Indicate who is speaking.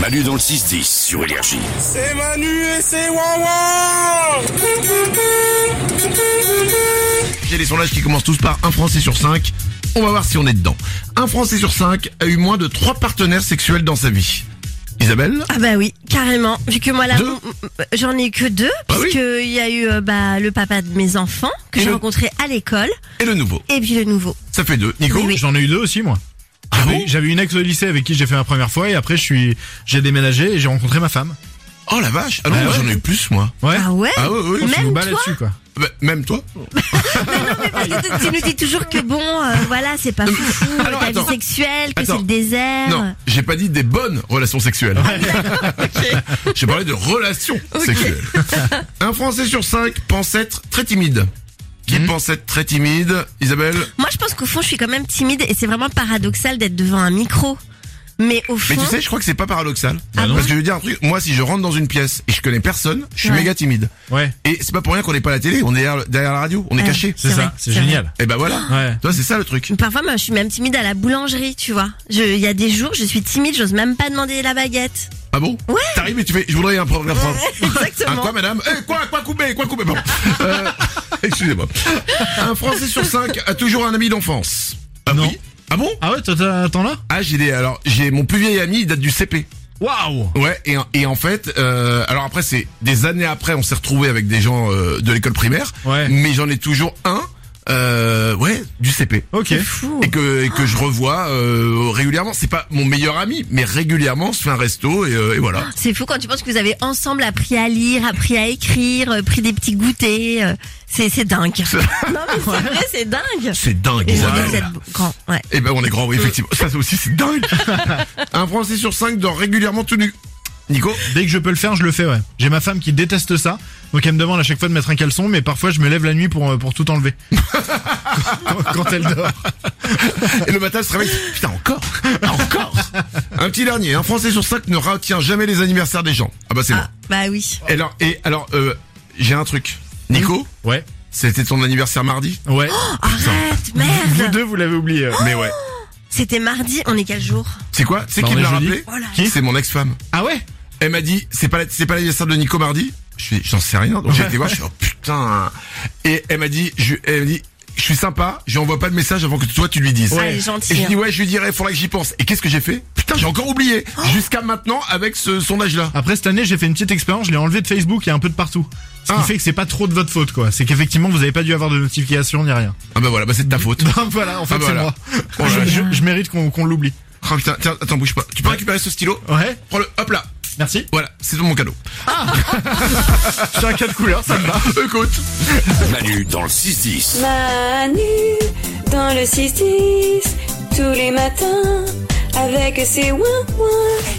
Speaker 1: Manu dans le 6-10 sur Énergie.
Speaker 2: C'est Manu et c'est Wawa
Speaker 3: J'ai les sondages qui commencent tous par un Français sur 5. On va voir si on est dedans. Un Français sur 5 a eu moins de 3 partenaires sexuels dans sa vie. Isabelle
Speaker 4: Ah bah oui, carrément. Vu que moi là,
Speaker 3: Deux
Speaker 4: m- m- j'en ai que deux,
Speaker 3: Ah oui.
Speaker 4: puisque il y a eu euh, bah, le papa de mes enfants que
Speaker 3: Et
Speaker 4: j'ai
Speaker 3: le-
Speaker 4: rencontré à l'école,
Speaker 3: et le nouveau.
Speaker 4: et puis le nouveau.
Speaker 3: Ça fait deux. Nico
Speaker 4: Oui, oui.
Speaker 5: J'en ai eu deux aussi moi.
Speaker 3: Ah
Speaker 5: J'avais-
Speaker 3: bon
Speaker 5: J'avais une ex au lycée avec qui j'ai fait ma première fois et après je suis j'ai déménagé et j'ai rencontré ma femme.
Speaker 3: Oh la vache Ah non,
Speaker 5: Ah
Speaker 3: moi
Speaker 5: ouais.
Speaker 3: j'en ai eu plus moi.
Speaker 5: Ouais.
Speaker 4: Ah ouais
Speaker 3: Ah oui,
Speaker 5: On
Speaker 3: oui.
Speaker 5: se
Speaker 4: Même
Speaker 5: nous bat
Speaker 4: toi
Speaker 5: là-dessus quoi.
Speaker 3: Bah, même toi
Speaker 4: Mais parce que tu nous dis toujours que bon, euh, voilà, c'est pas foufou,
Speaker 3: Ah non,
Speaker 4: ta vie
Speaker 3: attends.
Speaker 4: sexuelle, que c'est
Speaker 3: Attends.
Speaker 4: le désert.
Speaker 3: Non, j'ai pas dit des bonnes relations sexuelles.
Speaker 4: Ah
Speaker 3: J'ai parlé de relations sexuelles. Un Français sur cinq pense être très timide. Qui pense être très timide Isabelle
Speaker 4: Moi je pense qu'au fond je suis quand même timide et c'est vraiment paradoxal d'être devant un micro. Mais au fond,
Speaker 3: Mais tu sais, je crois que c'est pas paradoxal.
Speaker 4: Ah bon
Speaker 3: Parce que je veux dire un truc, moi si je rentre dans une pièce et je connais personne, je suis
Speaker 4: Ouais.
Speaker 3: méga timide.
Speaker 5: Ouais.
Speaker 3: Et c'est pas pour rien qu'on n'est pas à la télé, on est derrière, le- derrière la radio, on est
Speaker 4: Ouais.
Speaker 3: caché.
Speaker 5: C'est
Speaker 4: C'est
Speaker 5: ça.
Speaker 4: vrai,
Speaker 5: C'est
Speaker 4: c'est
Speaker 5: génial.
Speaker 3: Et ben voilà.
Speaker 5: Ouais.
Speaker 3: Toi, c'est ça le truc.
Speaker 4: parfois moi, je suis même timide à la boulangerie, tu vois. Je- Il y a des jours je suis timide, j'ose même pas demander la baguette.
Speaker 3: Ah bon
Speaker 4: Ouais.
Speaker 3: T'arrives et tu fais, je voudrais un programme. Un
Speaker 4: Exactement.
Speaker 3: quoi, madame Eh, quoi, quoi couper, quoi couper, bon. Euh, excusez-moi. Un Français sur cinq a toujours un ami d'enfance.
Speaker 4: Bah
Speaker 3: Ah
Speaker 5: Non.
Speaker 3: oui Ah bon
Speaker 5: Ah ouais toi t'as- attends là
Speaker 3: Ah, j'ai des, alors, j'ai mon plus vieil ami, il date du CP.
Speaker 5: Waouh.
Speaker 3: Ouais, et, et en fait, euh, alors après, c'est des années après, on s'est retrouvé avec des gens euh, de l'école primaire.
Speaker 5: Ouais.
Speaker 3: Mais j'en ai toujours un, euh, ouais, du CP.
Speaker 5: Ok.
Speaker 4: C'est fou.
Speaker 3: Et que, et que je revois euh, régulièrement. C'est pas mon meilleur ami, mais régulièrement, on se fait un resto et, euh, et voilà.
Speaker 4: C'est fou quand tu penses que vous avez ensemble appris à lire, appris à écrire, euh, pris des petits goûters. euh, C'est c'est dingue. Non mais c'est vrai, c'est dingue.
Speaker 3: C'est dingue,
Speaker 4: Et
Speaker 3: Isabelle.
Speaker 4: aujourd'hui, vous êtes grand. Ouais.
Speaker 3: Eh ben on est grand, oui, effectivement. Ça c'est aussi c'est dingue. un Français sur cinq dort régulièrement tout nu. Nico
Speaker 5: Dès que je peux le faire, je le fais, ouais. J'ai ma femme qui déteste ça, donc elle me demande à chaque fois de mettre un caleçon, mais parfois je me lève la nuit pour, euh, pour tout enlever. quand, quand elle dort.
Speaker 3: Et le matin elle se réveille. Putain encore Encore Un petit dernier. Un Français sur cinq ne retient jamais les anniversaires des gens. Ah bah c'est
Speaker 4: Ah, bah oui.
Speaker 3: bon. Et alors, et alors euh, j'ai un truc. Nico
Speaker 5: Ouais.
Speaker 3: C'était ton anniversaire mardi
Speaker 5: Ouais.
Speaker 4: Oh Arrête,
Speaker 5: Vous
Speaker 4: merde.
Speaker 5: deux, vous l'avez oublié. euh.
Speaker 3: Mais ouais.
Speaker 4: C'était mardi, on est quel jour
Speaker 3: C'est quoi C'est
Speaker 5: Bah,
Speaker 3: qui
Speaker 5: on
Speaker 3: me
Speaker 5: est
Speaker 3: l'a
Speaker 5: jeudi.
Speaker 3: rappelé
Speaker 4: Oh là là.
Speaker 3: Qui C'est mon ex-femme.
Speaker 5: Ah ouais
Speaker 3: Elle m'a dit, c'est pas, la- c'est pas l'anniversaire de Nico mardi? Je fais, j'en sais rien. Donc j'ai été voir, je suis, oh putain. Et elle m'a dit, je, elle m'a dit, je suis sympa, je lui envoie pas de message avant que toi tu lui dises.
Speaker 4: Ah, elle est gentille,
Speaker 3: Et je dis,
Speaker 4: hein.
Speaker 3: ouais, je lui dirai, faudra que j'y pense. Et qu'est-ce que j'ai fait? Putain, j'ai encore oublié.
Speaker 4: Oh.
Speaker 3: Jusqu'à maintenant, avec ce sondage-là.
Speaker 5: Après cette année, j'ai fait une petite expérience, je l'ai enlevé de Facebook et un peu de partout. Ce qui
Speaker 3: Ah.
Speaker 5: fait que c'est pas trop de votre faute, quoi. C'est qu'effectivement, vous avez pas dû avoir de notification ni rien.
Speaker 3: Ah bah voilà, bah c'est de ta faute.
Speaker 5: Donc voilà, en fait,
Speaker 3: Ah bah
Speaker 5: c'est
Speaker 3: voilà.
Speaker 5: moi.
Speaker 3: Oh là là.
Speaker 5: je, je- je mérite qu'on qu'on l'oublie.
Speaker 3: Oh putain, tiens, attends, bouge pas. Tu peux récupérer ce stylo?
Speaker 5: Ouais,
Speaker 3: Prends-le, hop là.
Speaker 5: merci.
Speaker 3: Voilà, c'est mon cadeau.
Speaker 5: J'ai un cas de couleur, ça me va.
Speaker 3: Écoute.
Speaker 1: Manu dans le 6-10.
Speaker 6: Manu dans le 6-10, tous les matins, avec ses ouin-ouin.